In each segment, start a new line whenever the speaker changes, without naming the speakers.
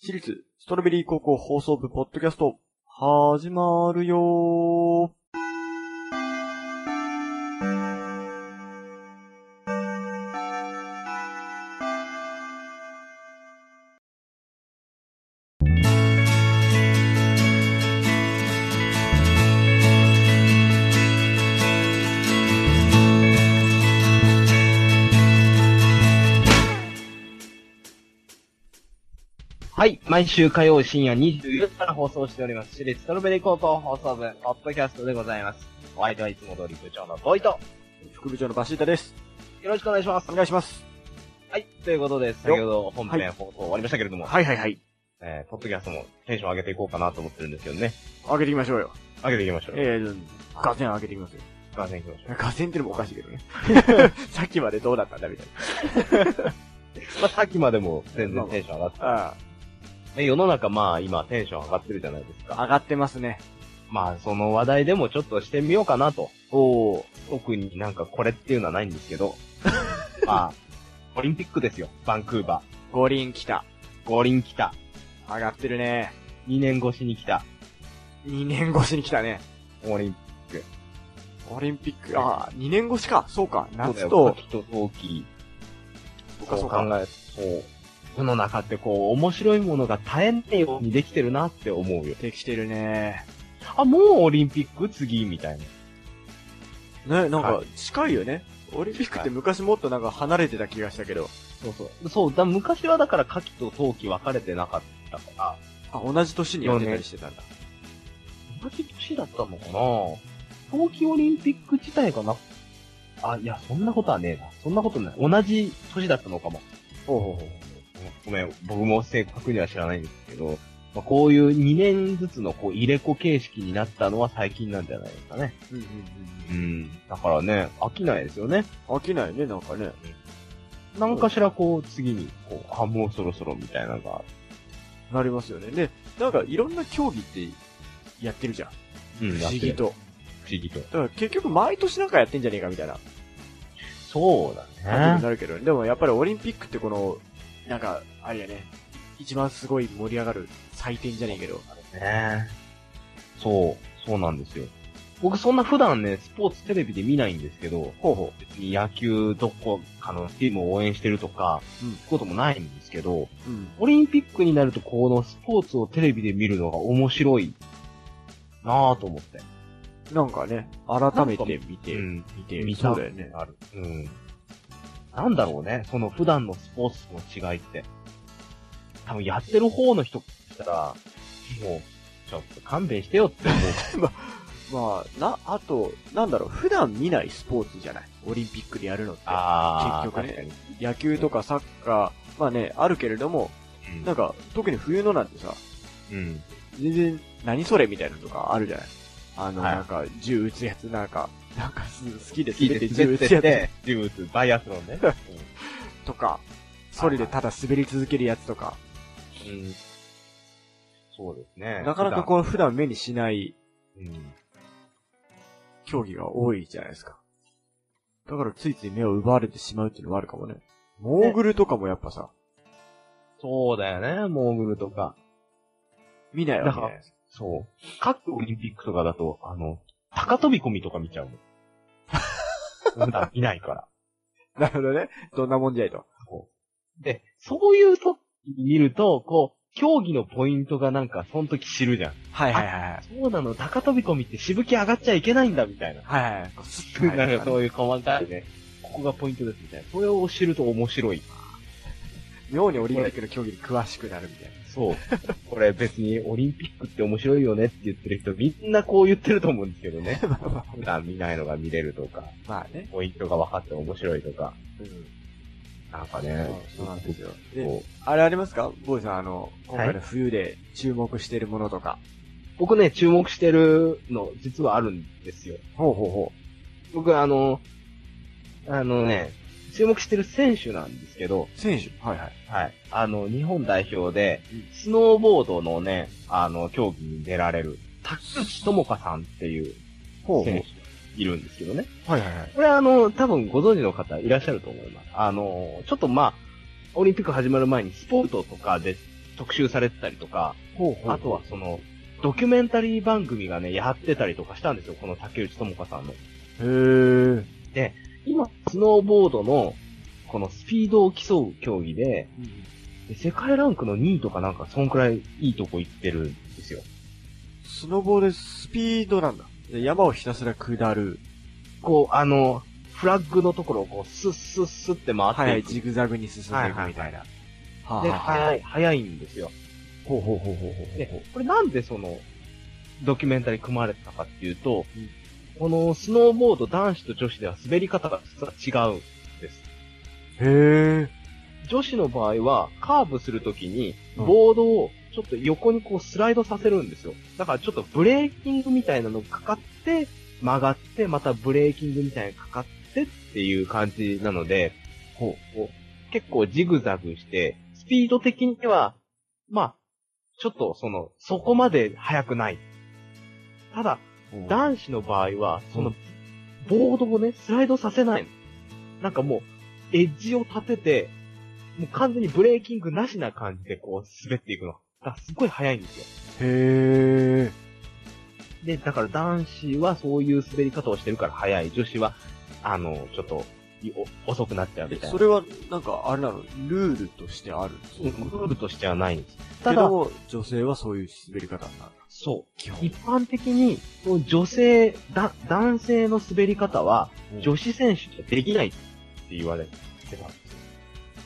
私立ストロベリー高校放送部ポッドキャスト、始まるよー。
はい。毎週火曜深夜24時から放送しております。私立ストロベリー高校放送部、ポッドキャストでございます。お相手はいつも通り部長のボイト。
副部長のバシータです。
よろしくお願いします
お。願いします。
はい。ということで、先ほど本編放送終わりましたけれども、
はいはいはい。
えー、ポッドキャストもテンション上げていこうかなと思ってるんですけどね。
上げていきましょうよ。
上げていきましょう。
えー、ガセン上げていきますよ。
ガーセン行きましょ。
ガセンってのもおかしいけど ね。さっきまでどうだったんだみたいう
まあ、さっきまでも全然テンション上がって
な。あ
ね世の中まあ今テンション上がってるじゃないです
あ、
か。
上がってますね。
まあ、その話題でもちょっとしてみようかなと。
おー。
特になんかこれっていうのはないんですけど。 まあ、オリンピックですよ。バンクーバー。
五輪来た。
五輪来た。
上がってるね。
2年越しに来た。
2年越しに来たね。
五輪。
オリンピック、あー、2年越しか。そうか。夏
そう
と
だよ、秋と冬季。
そうか
そ
そうう
考
か。
えると、世の中ってこう、面白いものが絶えねえようにできてるなって思うよ。
できてるね。
あ、もうオリンピック次みたいな。
ね、なんか
は
近いよね。オリンピックって昔もっとなんか離れてた気がしたけど。
そうそう。そう、だ昔はだから夏季と冬季分かれてなかったから、
あ、同じ年にやってたりしてたんだ。
同じ年だったのかな冬季オリンピック自体がな、あ、いや、そんなことはねえな。そんなことない。同じ年だったのかも。
ほうほうほ
ごめん、僕も正確には知らないんですけど、まあ、こういう2年ずつのこう入れ子形式になったのは最近なんじゃないですかね。
う。うんうん
うん。だからね、飽きないですよね。
うん。飽きないね、なんかね。
なんかしらこう、次に、こう、あ、もうそろそろみたいなのが、
なりますよね。で、なんかいろんな競技ってやってるじゃん。
うん
不思議。と。
不思議と。
だから結局毎年なんかやってんじゃねえかみたいな
そうだ
感じに
ね。
なるけど、でもやっぱりオリンピックってこの、なんか、あれやね、一番すごい盛り上がる祭典じゃねえけど。
ねそう、そうなんですよ。僕そんな普段ね、スポーツテレビで見ないんですけど、
ほうほ
別に野球どこかのチームを応援してるとか、
う
うんん、こともないんですけ
う。
ど、
うん。
オリンピックになると、このスポーツをテレビで見るのが面白いなぁと思って。
なんかね、改めて見て、
ん。
見て、
見
そ
た
うだよね。
ある。うん。なんだろうね、その普段のスポーツとの違いって。多分やってる方の人からしたら、もう、ちょっと勘弁してよって思う。
まあ、な、あと、なんだろう、普段見ないスポーツじゃないオリンピックでやるのって。
あー
結局ね
確か
野球とかサッカー、まあね、あるけれども、
に。
なんか、特に冬のなんてさ、
うん。
全然、何それみたいなのとかあるじゃないあの、
はい
なんか、銃撃つやつ、なんか、なんかす、好きで
いい
滑って
です
銃
ね。
撃
て
つやつ
て、ジムズ、バイアスロ ンね。
とか、それでただ滑り続けるやつとか、
うん。そうですね。
なかなかこう、普段目にしない
普段、うん。
競技が多いじゃないですか。だからついつい目を奪われてしまうっていうのはあるかもね。モーグルとかもやっぱさ、
そうだよね、モーグルとか。
見ないわけじゃないですか。
そう。各オリンピックとかだと、あの、高飛び込みとか見 ちゃうもん。普段見ないから。
なるほどね。どんなもんじゃいと。
で、そういう時に見ると、こう、競技のポイントがなんか、その時知るじゃん。
はい
はい
はい。
そうなの、高飛び込みってしぶき上がっちゃいけないんだ、みたいな。
はいはい。こうスッと入る
なんか
感じ
そういう細かいね。ここがポイントです、みたいな。それを知ると面白い。
妙にオリンピックの競技に詳しくなるみたいな。
そう。 これ別にオリンピックって面白いよねって言ってる人、みんなこう言ってると思うんですけど ね。普段見ないのが見れるとか。
まあね。
ポイントが分かって面白いとか、
うん。
なんかね、
そうなんですよ。で、
こう
あれありますかボーイさん、あの、今回の冬で注目してるものとか。
僕ね、注目してるの、実はあるんですよ。
ほうほうほ
僕、あの、あのね、注目してる選手なんですけど、
う。選手はいはい。
はい。あの、日本代表で
うん、
スノーボードのね、あの、競技に出られる、竹内智香さんっていう
ほうほ
選手、いるんですけどね。
う。はいはいはい。
これあの、多分ご存知の方いらっしゃると思います。あの、ちょっとまあ、オリンピック始まる前にスポートとかで、特集されてたりとか、
ほう
あとはその、ドキュメンタリー番組がね、やってたりとかしたんですよ、この竹内智香さんの。
へー。
今、スノーボードの、このスピードを競う競技で、で世界ランクの2位とかなんか、そんくらいいいとこ行ってるんですよ。
スノボでスピードなんだ。で山をひたすら下る。
こう、あの、フラッグのところをこう、スッスッスッって回
は
って
い、
いく。
ジグザグに進んでいくみたいな。は
で、
あはあ
速い、速いんですよ。
ほうほうほうほうほうほう
で、これなんでその、ドキュメンタリー組まれてたかっていうと、
うん
このスノーボード男子と女子では滑り方が実は違うんです。
へえ。
女子の場合は、カーブするときに、
うん
ボードをちょっと横にこうスライドさせるんですよ。だからちょっとブレーキングみたいなのかかって、曲がって、またブレーキングみたいなのかかってっていう感じなので、
ほ
こう結構ジグザグして、スピード的には、まあ、ちょっとその、そこまで速くない。ただ、
う。
男子の場合は、そうの
ん、
ボードをね、スライドさせないの。なんかもう、エッジを立てて、もう完全にブレーキングなしな感じでこう滑っていくの。だからすごい速いんですよ。
へえ。
で、だから男子はそういう滑り方をしてるから速い。女子は、あの、ちょっと、いお遅くなっちゃうみたい
そ
な。
れは、なんか、あれなの、ルールとしてある。
うんルールとしてはないんです。た
けど
だ、
も、女性はそういう滑り方になる。
そう。
基本。
一般的に、こう女性、だ、男性の滑り方は、女子選手ってできないって言われてたんですよ。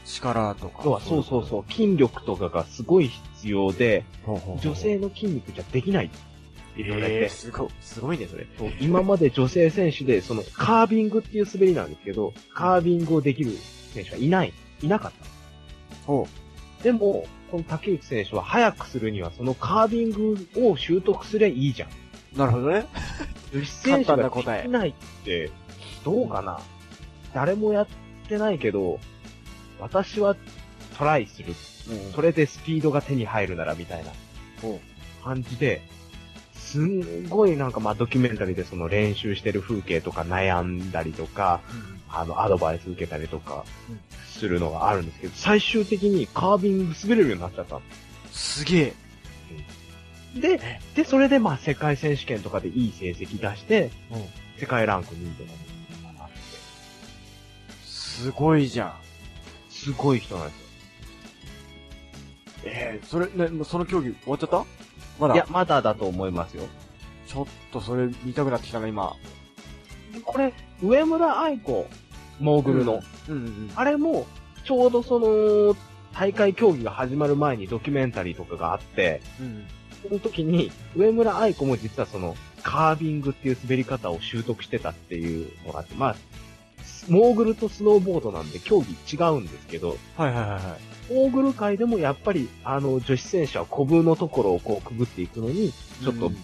力とか。
要は、そうそうそう、筋力とかがすごい必要で、
ほうほうほう
女性の筋肉じゃできないって言われて、
えーすごい、すごいね、それ。
そう今まで女性選手で、その、カービングっていう滑りなんですけど、カービングをできる選手はいない、いなかった。
ほ
でも、この竹内選手は早くするには、そのカービングを習得すればいいじゃん。
う。なるほどね。
女子選手
簡単
が
な
で
答え
きないって、どうかな誰もやってないけど、私はトライする。それでスピードが手に入るならみたいな
ほ
感じで、すんごいなんかまあドキュメンタリーでその練習してる風景とか悩んだりとか、あのアドバイス受けたりとか
うん
するのがあるんですけど、最終的にカービング滑れるようになっちゃったんです
げえ。
す。で、で、それでまあ世界選手権とかでいい成績出して、世界ランク2位とかになって、
すごいじゃん。
すごい人なんですよ。
ええそれ、ね、もうその競技終わっちゃったまだ。
いや、、まだだと思いますよ。
ちょっとそれ見たくなってきたな、今。
これ、上村愛子、モーグルの。
うんうんうん。
あれも、ちょうどその、大会競技が始まる前にドキュメンタリーとかがあって、
うん
その時に、上村愛子も実はその、カービングっていう滑り方を習得してたっていうのがあって、まあ、モーグルとスノーボードなんで競技違うんですけど、
はいはいはいはい。
モーグル界でもやっぱり、あの、女子選手はコブのところをこうくぐっていくのに、ちょっと
うん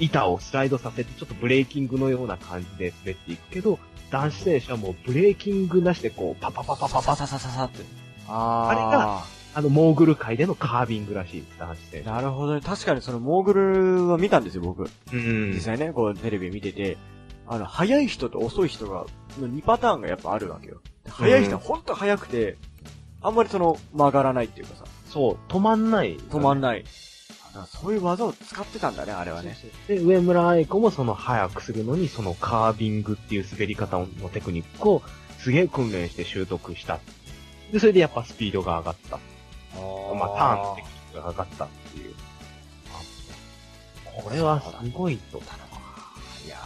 板をスライドさせて、ちょっとブレーキングのような感じで滑っていくけど、男子選手はもうブレーキングなしでこう、パパパパパパ、
ササササって。
あ
あ
あの、モーグル界でのカービングらしいです、男子選
れが、なるほどね。確かにそのモーグルは見たんですよ、僕。
手。うん
実際ね、こうテレビ見てて、あの、速い人と遅い人が、2パターンがやっぱあるわけよ。で速い人はほんと速くて、あんまりその曲がらないっていうかさ、
そう、止まんない。
止まん
な
ない。あだからそういう技を使ってたんだね、あれはね。
で、上村愛子もその早くするのに、そのカービングっていう滑り方のテクニックを、すげえ訓練して習得した。で、それでやっぱスピードが上がった。まあ、ターンってが上がったっていう。これはすごいと。
いや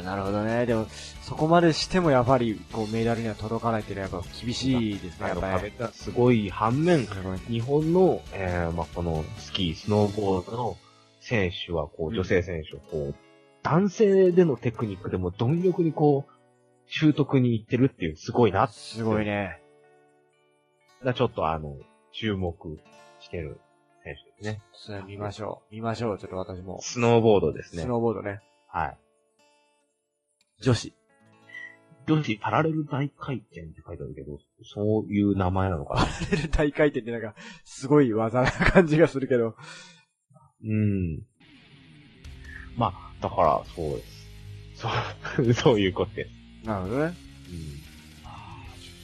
ー、なるほどね。でも、そこまでしてもやっぱり、こう、メダルには届かないっていうのはやっぱ厳しいですね、
あ
やっ
の
ぱ
壁
り。
がすごい反面、
すごい
日本の、えーまあ、このスキー、スノーボードの選手は、こ
う
う、
ん
女性選手は、こう、男性でのテクニックでも貪欲にこう、習得に行ってるっていう、すごいな。
すごいね。
ちょっとあの、注目してる選手ですね。
それ見ましょう。見ましょう、ちょっと私も。
スノーボードです
ス
ね。
ノーボードね。
はい。
女子。
女子パラレル大回転って書いてあるけど、そういう名前なのかな
大回転ってなんか、すごい技な感じがするけど。
うん。まあ、だから、そうです。そう、 そういうことです。
なるほどね。
うん。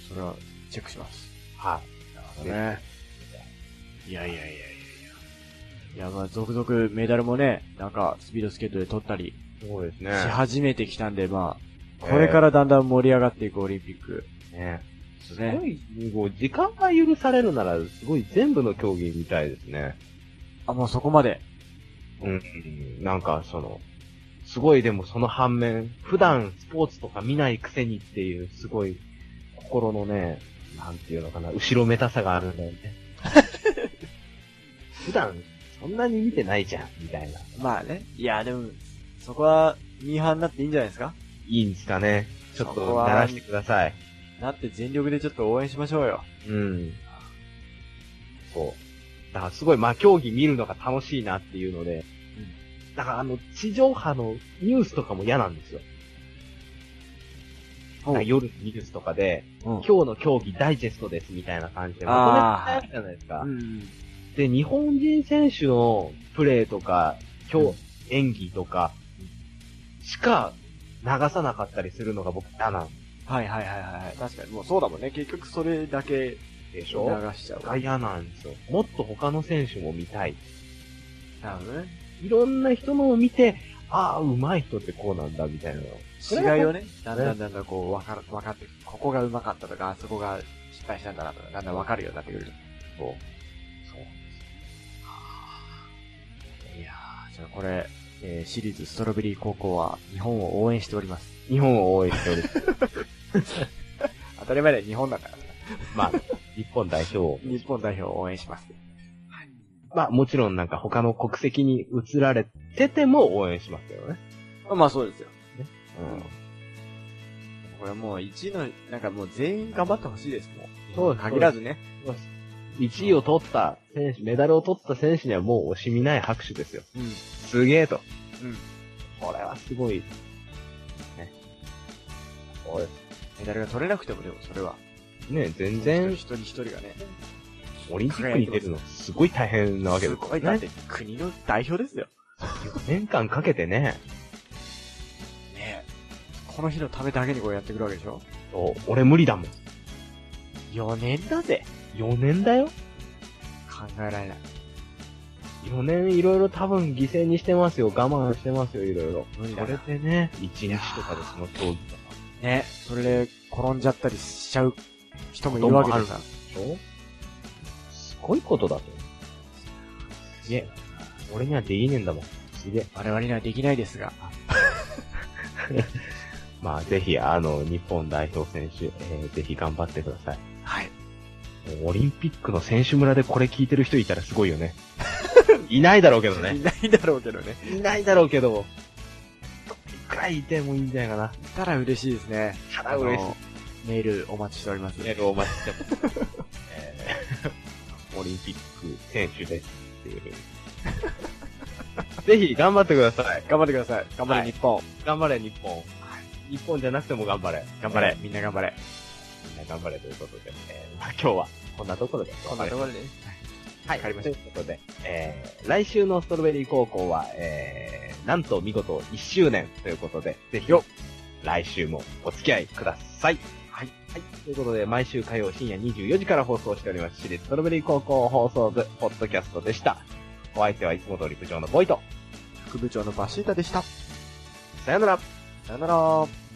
それは、チェックします。
はい。
ね。いやいやいやいや。や、まあ、続々メダルもね、なんか、スピードスケートで取ったり
そうですね
し。始めてきたんで、まあ、これからだんだん盛り上がっていくオリンピック
ね。
です
す
ね
ご。い、こう時間が許されるなら、すごい全部の競技みたいですね。
あ、もうそこまで。
うん。なんか、その、すごいでもその反面、普段スポーツとか見ないくせにっていう、すごい、心のね、なんていうのかな、後ろめたさがある んだよね。普段、そんなに見てないじゃん、みたいな。
まあね。いや、でも、そこは、ミーハーになっていいんじゃないですか
いいんですかね。ちょっ、
そことは
鳴らしてください。
なって全力でちょっと応援しましょうよ。
うん。そう。だからすごい、まあ、競技見るのが楽しいなっていうので、だからあの、地上波のニュースとかも嫌なんですよ。
うん
なんか夜のニュースとかで、
うん。
今日の競技ダイジェストですみたいな感じで、ま
あ
と
ー
めてやるじゃないですか
う。ん。
で、日本人選手のプレーとか、
う
今
ん
日、演技とか、しか流さなかったりするのが僕嫌なん
はいはいはいはい。確かに、もうそうだもんね。結局それだけ
でし
流
ょ
しちゃう。
が嫌なんですよ。もっと他の選手も見たい。
なるほどね。
いろんな人のを見て、ああ、上手い人ってこうなんだ、みたいなの。れは
違いをね、だんだんだんだんこう、わかる、わかってくる、ここがうまかったとか、あそこが失敗したんだなとか、だんだんわかるようになってくると。
そう。そう。
いやー、じゃあこれ、えー、シリーズストロベリー高校は日本を応援しております。
日本を応援してお ります。
当たり前で日本だから。
まあ、日本代表を。
日本代表を応援します。
まあ、もちろんなんか他の国籍に移られてても応援しますけどね。
まあそうですよ。
うん。
これもう1位の、なんかもう全員頑張ってほしいです、もう。
そうです
限らずね。
1位を取った選手、メダルを取った選手にはもう惜しみない拍手ですよ。
うん。
すげえと。
うん。
これはすごい。ね。こ
メダルが取れなくてもでもそれは。
れ、ね、全然、
一人一人がね。
オリンピックに出るのすごい大変なわけですす
ごい、だっ
ね。
て国の代表ですよ。
4年間かけてね、
ねえ。この日のためだけにこうやってくるわけでしょ
お俺無理だもん。
4年だぜ。
4年だよ
考えられない。
?4 年いろいろ多分犠牲にしてますよ。我慢してますよ、いろいろ。
無理だ
こ
な
れでね、1日とかでその競技とか
ね。それで転んじゃったりしちゃう人もいるわけだから。
でしょすごいことだと。いえ、俺にはできねえんだもん。すげえ。
我々にはできないですが。
まあ、ぜひ、あの、日本代表選手、えーぜひ頑張ってください。
はい。
もうオリンピックの選手村でこれ聞いてる人いたらすごいよ ね。いないだろうけどね
い。ないだろうけどね。
いないだろうけど、どれくらいいてもいいんじゃないかな。
いたら嬉しいですね。
ただ嬉しい
あ。のメールお待ちしております。
メールをお待ちしてます。えー オリンピック選手ですっていう。ぜひ頑張ってください。
頑張ってください。頑張
は
れ
い
日本。
頑張れ、日本。日本じゃなくても頑張れ。
頑張れ。。みんな頑張れ。
みんな頑張れということで、えーまあ、今日はこんなところで。
こんなところで。
はい。
わかりました
ということで、えー、来週のストロベリー高校は、えー、なんと見事1周年ということで、ぜひ
よ、
来週もお付き合いください。
はい。
はい。ということで、毎週火曜深夜24時から放送しております、私立ストロベリー高校放送部、ポッドキャストでした。お相手はいつも通り部長のボイト。
副部長のバシータでした。
さよなら。
さよなら。